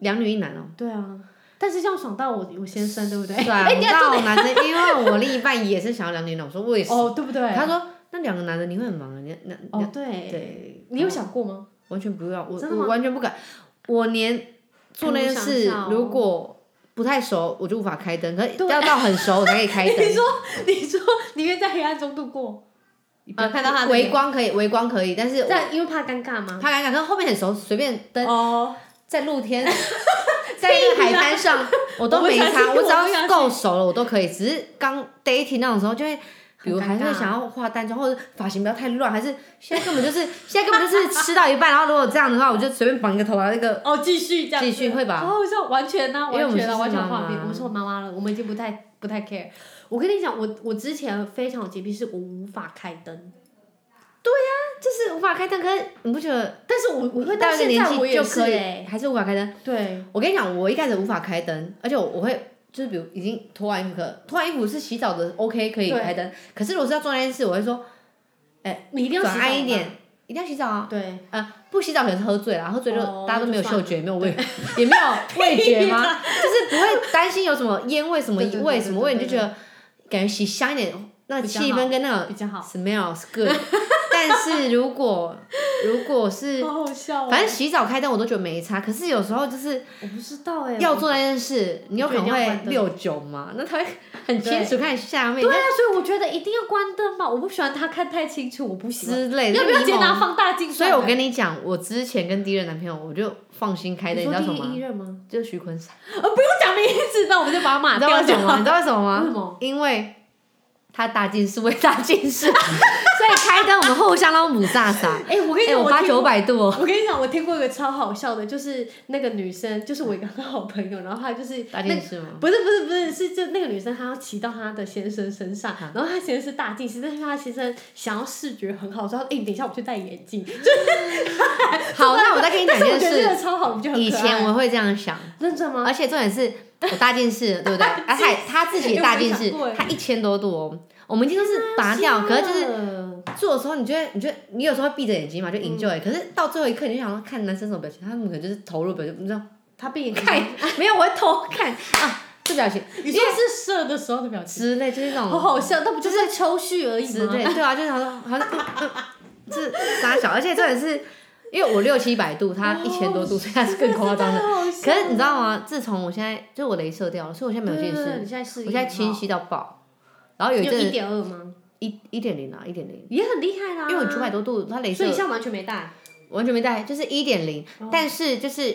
Speaker 2: 两女一男哦。
Speaker 1: 对啊，但是这样爽到我我先生对不对？
Speaker 2: 啊，
Speaker 1: 哎
Speaker 2: 我到男生，因为我另一半也是想要两女一男，我说为什么？
Speaker 1: 哦，对不对？
Speaker 2: 他说那两个男的你会很忙啊，你那
Speaker 1: 哦，对，
Speaker 2: 对，
Speaker 1: 你有想过吗？
Speaker 2: 完全不要，我
Speaker 1: 真的
Speaker 2: 我完全不敢，我连做那件
Speaker 1: 哎我想一
Speaker 2: 事
Speaker 1: 下哦
Speaker 2: 如果不太熟，我就无法开灯，可是要到很熟我才可以开灯。
Speaker 1: <laughs> 你说宁愿在黑暗中度过，你不
Speaker 2: 啊
Speaker 1: 要啊看到他的
Speaker 2: 微
Speaker 1: 脸，
Speaker 2: 光可以，微光可以，但是我
Speaker 1: 但因为怕尴尬吗？
Speaker 2: 怕尴尬，可是后面很熟，随便灯
Speaker 1: 哦，
Speaker 2: 在露 <laughs> 天，在那个海滩上，我都没
Speaker 1: 我不相
Speaker 2: 差，
Speaker 1: 信
Speaker 2: 我只
Speaker 1: 我不相
Speaker 2: 要
Speaker 1: 信
Speaker 2: 够熟了，我都可以。只是刚 dating 那种时候，就会，比如
Speaker 1: 很
Speaker 2: 还
Speaker 1: 尴
Speaker 2: 是
Speaker 1: 尬
Speaker 2: 会想要化淡妆，或者发型不要太乱，还是现在根本就是 <laughs> 现在根本就是吃到一半，然后如果这样的话，我就随便绑一个头发，那个
Speaker 1: 哦，继续这样子，
Speaker 2: 继续会吧
Speaker 1: 好好笑，完全呢、
Speaker 2: 因为我
Speaker 1: 完
Speaker 2: 们
Speaker 1: 全
Speaker 2: 是
Speaker 1: 啊，完全
Speaker 2: 妈妈
Speaker 1: 画面，我们是我妈妈了，我们已经不太不太 care。我跟你讲，我我之前非常有洁癖，是我无法开灯，
Speaker 2: 啊就是无法开灯。可是你不觉得
Speaker 1: 呃但是我我会
Speaker 2: 到一个
Speaker 1: 现
Speaker 2: 年
Speaker 1: 在我
Speaker 2: 纪
Speaker 1: 也
Speaker 2: 就是可
Speaker 1: 欸
Speaker 2: 以，还是无法开灯？
Speaker 1: 对，
Speaker 2: 我跟你讲，我一开始无法开灯，而且我我会就是比如已经脱完衣服，可脱完衣服是洗澡的 OK 可以
Speaker 1: 对
Speaker 2: 开灯，可是如果是要做那件事，我会说
Speaker 1: 哎你一定要
Speaker 2: 转
Speaker 1: 洗澡
Speaker 2: 暗一点
Speaker 1: 吧，，
Speaker 2: 一定要洗澡啊。
Speaker 1: 对，
Speaker 2: 啊，不洗澡可能是喝醉啦，喝醉就
Speaker 1: 哦
Speaker 2: 大家都没有
Speaker 1: 那就算
Speaker 2: 嗅觉，
Speaker 1: 了
Speaker 2: 没
Speaker 1: <laughs>
Speaker 2: 有味，也没有味觉吗？
Speaker 1: 屁啦
Speaker 2: 就是不会担心有什么烟味、什么
Speaker 1: 对对对
Speaker 2: 味、
Speaker 1: 对
Speaker 2: 什么味，你
Speaker 1: 对
Speaker 2: 就
Speaker 1: 对
Speaker 2: 觉得感觉洗香一点，那个
Speaker 1: 比较
Speaker 2: 气氛
Speaker 1: 好
Speaker 2: 跟那个
Speaker 1: 比较好，
Speaker 2: smells good。但 <laughs> 是如果如果是
Speaker 1: 好好笑哦
Speaker 2: 反正洗澡开灯我都觉得没差，可是有时候就是
Speaker 1: 我不知道哎、
Speaker 2: 要做那件事，你有可能
Speaker 1: 我觉得一定
Speaker 2: 会
Speaker 1: 要关灯
Speaker 2: 六九嘛，那他会很清楚看下面
Speaker 1: 对啊，所以我觉得一定要关灯吧，我不喜欢他看太清楚，我不喜欢。
Speaker 2: 之类的。
Speaker 1: 要不要直接拿
Speaker 2: 那
Speaker 1: 放大
Speaker 2: 柠
Speaker 1: 镜
Speaker 2: 檬
Speaker 1: 出
Speaker 2: 所
Speaker 1: 来？
Speaker 2: 以我跟你讲，我之前跟第一任男朋友，我就放心开灯，你知道什
Speaker 1: 你
Speaker 2: 么
Speaker 1: 说第
Speaker 2: 吗
Speaker 1: 一？嗯任吗？
Speaker 2: 就是徐坤山，
Speaker 1: 呃，不用讲名字，那我们就把他 <laughs>
Speaker 2: 你
Speaker 1: 骂
Speaker 2: 知道
Speaker 1: 掉
Speaker 2: 为
Speaker 1: 就
Speaker 2: 什么吗？
Speaker 1: 好
Speaker 2: 你。知道为什么
Speaker 1: 为
Speaker 2: 吗？
Speaker 1: 什么？
Speaker 2: 因为他大近视，我也大近 <laughs> 视，所以开灯我们互相都母炸傻。
Speaker 1: 哎，我跟你
Speaker 2: <laughs> 哎，
Speaker 1: 讲，
Speaker 2: 我八
Speaker 1: 听
Speaker 2: 九
Speaker 1: 过。
Speaker 2: 百度哦，
Speaker 1: 我跟你讲，我听过一个超好笑的，就是那个女生，就是我一个很好朋友，然后她就是
Speaker 2: 大
Speaker 1: 那
Speaker 2: 近视吗？
Speaker 1: 不是不是不是，是就那个女生她要骑到她的先生身上，
Speaker 2: 啊
Speaker 1: 然后她先生是大近视，但是她先生想要视觉很好，说哎，你等一下我去戴眼镜。
Speaker 2: 好，那我再跟你讲
Speaker 1: 但
Speaker 2: 一
Speaker 1: 是我
Speaker 2: 件
Speaker 1: 觉得这
Speaker 2: 事，
Speaker 1: 个超好，你就很可爱
Speaker 2: 以前我会这样想，
Speaker 1: 认真吗？
Speaker 2: 而且重点是我大近视，对不 <laughs> 对？啊，他也他自己也大近
Speaker 1: 哎我没
Speaker 2: 视
Speaker 1: 想过哎，
Speaker 2: 他一千多度哦。我们一定都是拔掉，可啊是就是
Speaker 1: 是
Speaker 2: 做的时候，你觉得你觉得你有时候会闭着眼睛嘛，就 enjoy、可是到最后一刻，你就想要看男生什么表情，他们可能就是投入表情，你知道？
Speaker 1: 她闭眼
Speaker 2: <laughs>
Speaker 1: 睛
Speaker 2: 看，没有，我会偷 <laughs> 看啊，这表情
Speaker 1: 你说是射的时候的表情，
Speaker 2: 之类，就是那
Speaker 1: 好
Speaker 2: 种
Speaker 1: 好笑，那不就是抽蓄而已
Speaker 2: 之
Speaker 1: 吗？
Speaker 2: 呃 <laughs> 类，对啊，就是想说好像、嗯嗯、这傻小，而且重点是因为我六七百度，他
Speaker 1: 哦
Speaker 2: 一千多度，所以他是更夸张的。
Speaker 1: 可
Speaker 2: 可是你知道吗？自从我现在就是我镭射掉了，所以我现在没有近视，
Speaker 1: 你现在视
Speaker 2: 我
Speaker 1: 力
Speaker 2: 现在
Speaker 1: 很好
Speaker 2: 清晰到爆。然后有一
Speaker 1: 你有
Speaker 2: 阵
Speaker 1: 一
Speaker 2: 子
Speaker 1: 点二吗？
Speaker 2: 一一点零啊，一点零，
Speaker 1: 也很厉害啦，
Speaker 2: 因为我九百多度，它镭
Speaker 1: 所以
Speaker 2: 射
Speaker 1: 你现在完全没戴，
Speaker 2: 完全没带，就是一点零
Speaker 1: 哦。
Speaker 2: 但是就是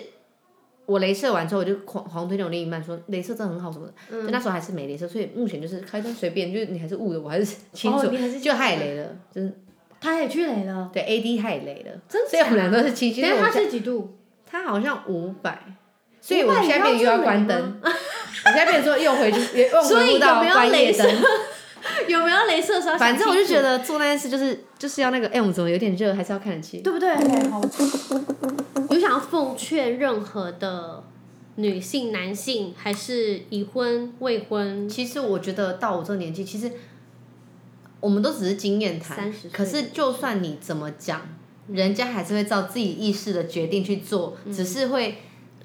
Speaker 2: 我镭射完之后，我就狂狂推荐我另一半说，镭射真的很好什么的。
Speaker 1: 嗯
Speaker 2: 就那时候还是没镭射，所以目前就是开灯随便，就是你还是雾的，我还是清楚。
Speaker 1: 哦你还是
Speaker 2: 就他也雷了，就是
Speaker 1: 他也去雷了，
Speaker 2: 对 AD 他也雷了，
Speaker 1: 真假
Speaker 2: 所以我们俩都是清晰。
Speaker 1: 等一
Speaker 2: 所以
Speaker 1: 下
Speaker 2: 我
Speaker 1: 他是几度？
Speaker 2: 他好像五百，所以我现在变得又要关灯，我现在变成说又回
Speaker 1: <laughs>
Speaker 2: 去，又
Speaker 1: 所以
Speaker 2: 回不到
Speaker 1: 有没有
Speaker 2: 关夜灯。
Speaker 1: 有没有镭射的时
Speaker 2: <laughs>
Speaker 1: 候？
Speaker 2: 反正我就觉
Speaker 1: 得，
Speaker 2: 得做那件事就是就是要那个，哎、我们怎么有点热，还是要看得清。
Speaker 1: 对不对？有想要奉劝任何的女性、男性，还是已婚、未婚？
Speaker 2: 其实我觉得到我这个年纪，其实我们都只是经验谈
Speaker 1: 30岁，
Speaker 2: 可是就算你怎么讲，人家还是会照自己意识的决定去做，
Speaker 1: 嗯
Speaker 2: 只是会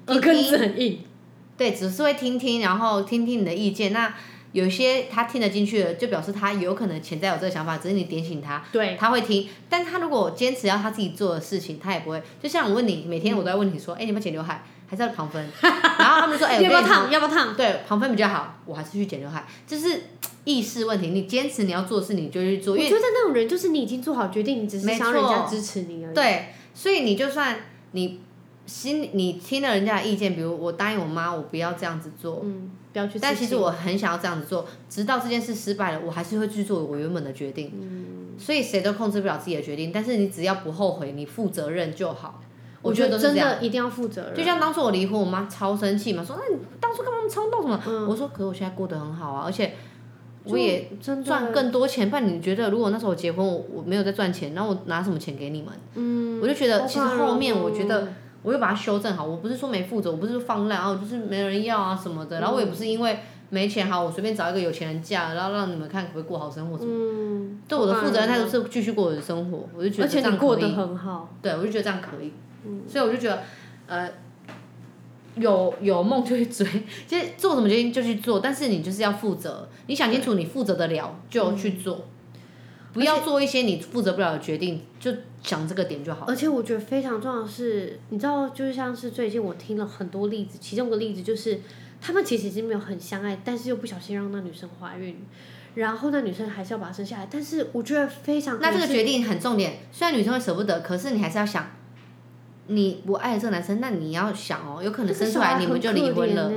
Speaker 1: 耳根子很硬，
Speaker 2: 对，只是会听听，然后听听你的意见。那有些他听得进去了，就表示他有可能潜在有这个想法，只是你点醒他，
Speaker 1: 对，
Speaker 2: 他会听。但他如果坚持要他自己做的事情，他也不会。就像我问你，每天我都在问你说，哎、你要不要剪刘海，还是要旁
Speaker 1: <laughs>
Speaker 2: 分？然后他们就说，哎、
Speaker 1: 要不
Speaker 2: 我
Speaker 1: 要
Speaker 2: 跟你
Speaker 1: 烫？要不要烫？
Speaker 2: 对，旁分比较好，我还是去剪刘海，就是嘖意识问题。你坚持你要做的事，你就去做，
Speaker 1: 我
Speaker 2: 因为
Speaker 1: 觉得那种人就是你已经做好决定，你只是
Speaker 2: 没
Speaker 1: 想要人家
Speaker 2: 错
Speaker 1: 支持你而已。
Speaker 2: 对，所以你就算你心你听了人家的意见，比如我答应我妈，我不要这样子做，
Speaker 1: 嗯，不要去。
Speaker 2: 但其实，我很想要这样子做，直到这件事失败了，我还是会去做我原本的决定。
Speaker 1: 嗯
Speaker 2: 所以谁都控制不了自己的决定，但是你只要不后悔，你负责任就好。
Speaker 1: 我
Speaker 2: 觉
Speaker 1: 觉
Speaker 2: 得
Speaker 1: 得
Speaker 2: 都是
Speaker 1: 真
Speaker 2: 这样。
Speaker 1: 的一定要负责任。
Speaker 2: 就像当初我离婚，我妈超生气嘛，说：“哎那、你当初干嘛那么冲动什么？”我说：“可是我现在过得很好啊，而且我也
Speaker 1: 嗯就真的
Speaker 2: 赚更多钱。不然你觉得，如果那时候我结婚，我我没有在赚钱，那我拿什么钱给你们？嗯，我就觉得
Speaker 1: 好
Speaker 2: 其实
Speaker 1: 感人
Speaker 2: 后面我
Speaker 1: 哦
Speaker 2: 觉得我又把它修正好。我不是说没负责，我不是说放烂啊，我就是没人要啊什么
Speaker 1: 嗯
Speaker 2: 的。然后我也不是因为没钱好，我随便找一个有钱人嫁，然后让你们看可不可以过好生活什么。嗯，对我的
Speaker 1: 好感
Speaker 2: 负责任态
Speaker 1: 人
Speaker 2: 度是继续过我的生活，我就觉得
Speaker 1: 而
Speaker 2: 这
Speaker 1: 且
Speaker 2: 样
Speaker 1: 你过
Speaker 2: 可
Speaker 1: 得
Speaker 2: 以。
Speaker 1: 很嗯好，
Speaker 2: 对，我就觉得这样可以。所以我就觉得，呃，有有梦就去追，其实做什么决定就去做，但是你就是要负责，你想清楚你负责得了
Speaker 1: 嗯
Speaker 2: 就去做，不要做一些你负责不了的决定，就想这个点就好。
Speaker 1: 而且我觉得非常重要的是，你知道，就是像是最近我听了很多例子，其中一个例子就是，他们其实已经没有很相爱，但是又不小心让那女生怀孕，然后那女生还是要把她生下来，但是我觉得非常
Speaker 2: 那这个
Speaker 1: 可惜
Speaker 2: 决定很重点，虽然女生会舍不得，可是你还是要想，你我爱了这个男生，那你要想哦，有可能生出
Speaker 1: 啊
Speaker 2: 来你们就离婚了，，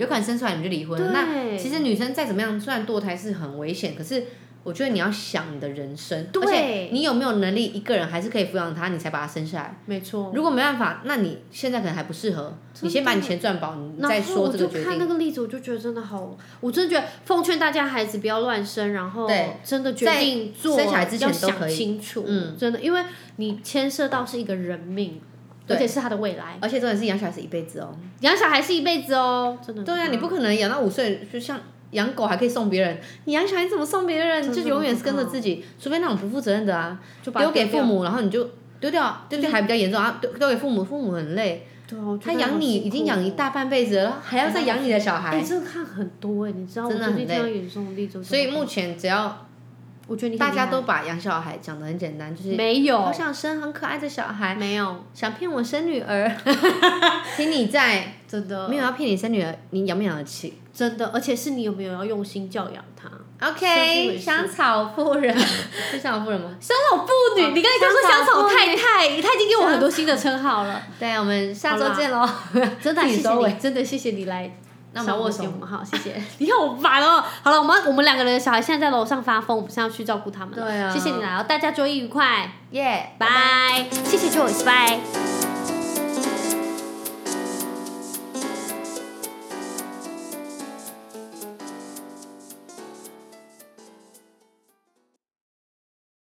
Speaker 2: 有可能生出来你们就离
Speaker 1: 这
Speaker 2: 婚
Speaker 1: 小孩很可怜欸
Speaker 2: 了，那
Speaker 1: 对，
Speaker 2: 其实女生再怎么样，虽然堕胎是很危险，可是我觉得你要想你的人生，
Speaker 1: 对
Speaker 2: 而且你有没有能力一个人还是可以抚养她，你才把她生下来。
Speaker 1: 没错。
Speaker 2: 如果没办法，那你现在可能还不适合，
Speaker 1: 哦真的
Speaker 2: 你先把你钱赚饱，你再
Speaker 1: 然后
Speaker 2: 说
Speaker 1: 我
Speaker 2: 这
Speaker 1: 就
Speaker 2: 个决
Speaker 1: 看
Speaker 2: 定。
Speaker 1: 那个例子，我就觉得真的好，我真的觉得奉劝大家孩子不要乱生，然后
Speaker 2: 对
Speaker 1: 真的决
Speaker 2: 在
Speaker 1: 定做
Speaker 2: 生小孩之前
Speaker 1: 要
Speaker 2: 都
Speaker 1: 想
Speaker 2: 可以
Speaker 1: 清楚，
Speaker 2: 嗯
Speaker 1: 真的，因为你牵涉到是一个人命，而
Speaker 2: 对
Speaker 1: 且是他的未来。
Speaker 2: 而且重点是养小孩是一辈子哦。
Speaker 1: 养小孩是一辈子哦，真的。
Speaker 2: 对啊，你不可能养到五岁，就像养狗还可以送别人，你养小孩怎么送别人？
Speaker 1: 真的
Speaker 2: 就永远是跟着
Speaker 1: 很可怕
Speaker 2: 自己，除非那种不负责任的啊，
Speaker 1: 就把它
Speaker 2: 丢给
Speaker 1: 掉
Speaker 2: 父母，然后你就丢掉，丢掉还比较严重啊，丢丢给父母，父母很累。
Speaker 1: 对啊，我觉
Speaker 2: 他
Speaker 1: 得好
Speaker 2: 养你
Speaker 1: 辛苦
Speaker 2: 已经养一大半辈子了，还要再养你的小
Speaker 1: 哦。
Speaker 2: 孩，
Speaker 1: 哎，这个看很多哎，你知道我
Speaker 2: 真的
Speaker 1: 最
Speaker 2: 很
Speaker 1: 近听到有这种例子，我觉
Speaker 2: 所
Speaker 1: 得
Speaker 2: 以目前只要
Speaker 1: 我觉得你很
Speaker 2: 大家
Speaker 1: 厉害
Speaker 2: 都把养小孩讲得很简单，就是
Speaker 1: 没有
Speaker 2: 好想生很可爱的小孩，
Speaker 1: 没有
Speaker 2: 想骗我生女 <laughs> 儿，请你在
Speaker 1: 真的
Speaker 2: 没有要骗你生女儿，你养不养得起
Speaker 1: 真的，而且是你有没有要用心教养他？是不
Speaker 2: ？OK，
Speaker 1: 是
Speaker 2: 香草妇人 <laughs> 是香草妇人吗？
Speaker 1: 香草妇女，
Speaker 2: 哦
Speaker 1: 你刚才刚说香草太太，她已经给我很多新的称号了，
Speaker 2: 对，我们下周见喽，
Speaker 1: <laughs> 真的
Speaker 2: 自
Speaker 1: 谢
Speaker 2: 己
Speaker 1: 谢
Speaker 2: 收尾
Speaker 1: 你，真的谢谢你来。
Speaker 2: 那我们握手
Speaker 1: 我们好，谢谢。
Speaker 2: <laughs>
Speaker 1: 你看我烦哦。好了，我们我们两个人的小孩现在在楼上发疯，我们现在要去照顾他们了。
Speaker 2: 对啊
Speaker 1: 谢谢你来哦，大家周一愉快，
Speaker 2: 耶，
Speaker 1: 拜。谢谢 Joyce，拜。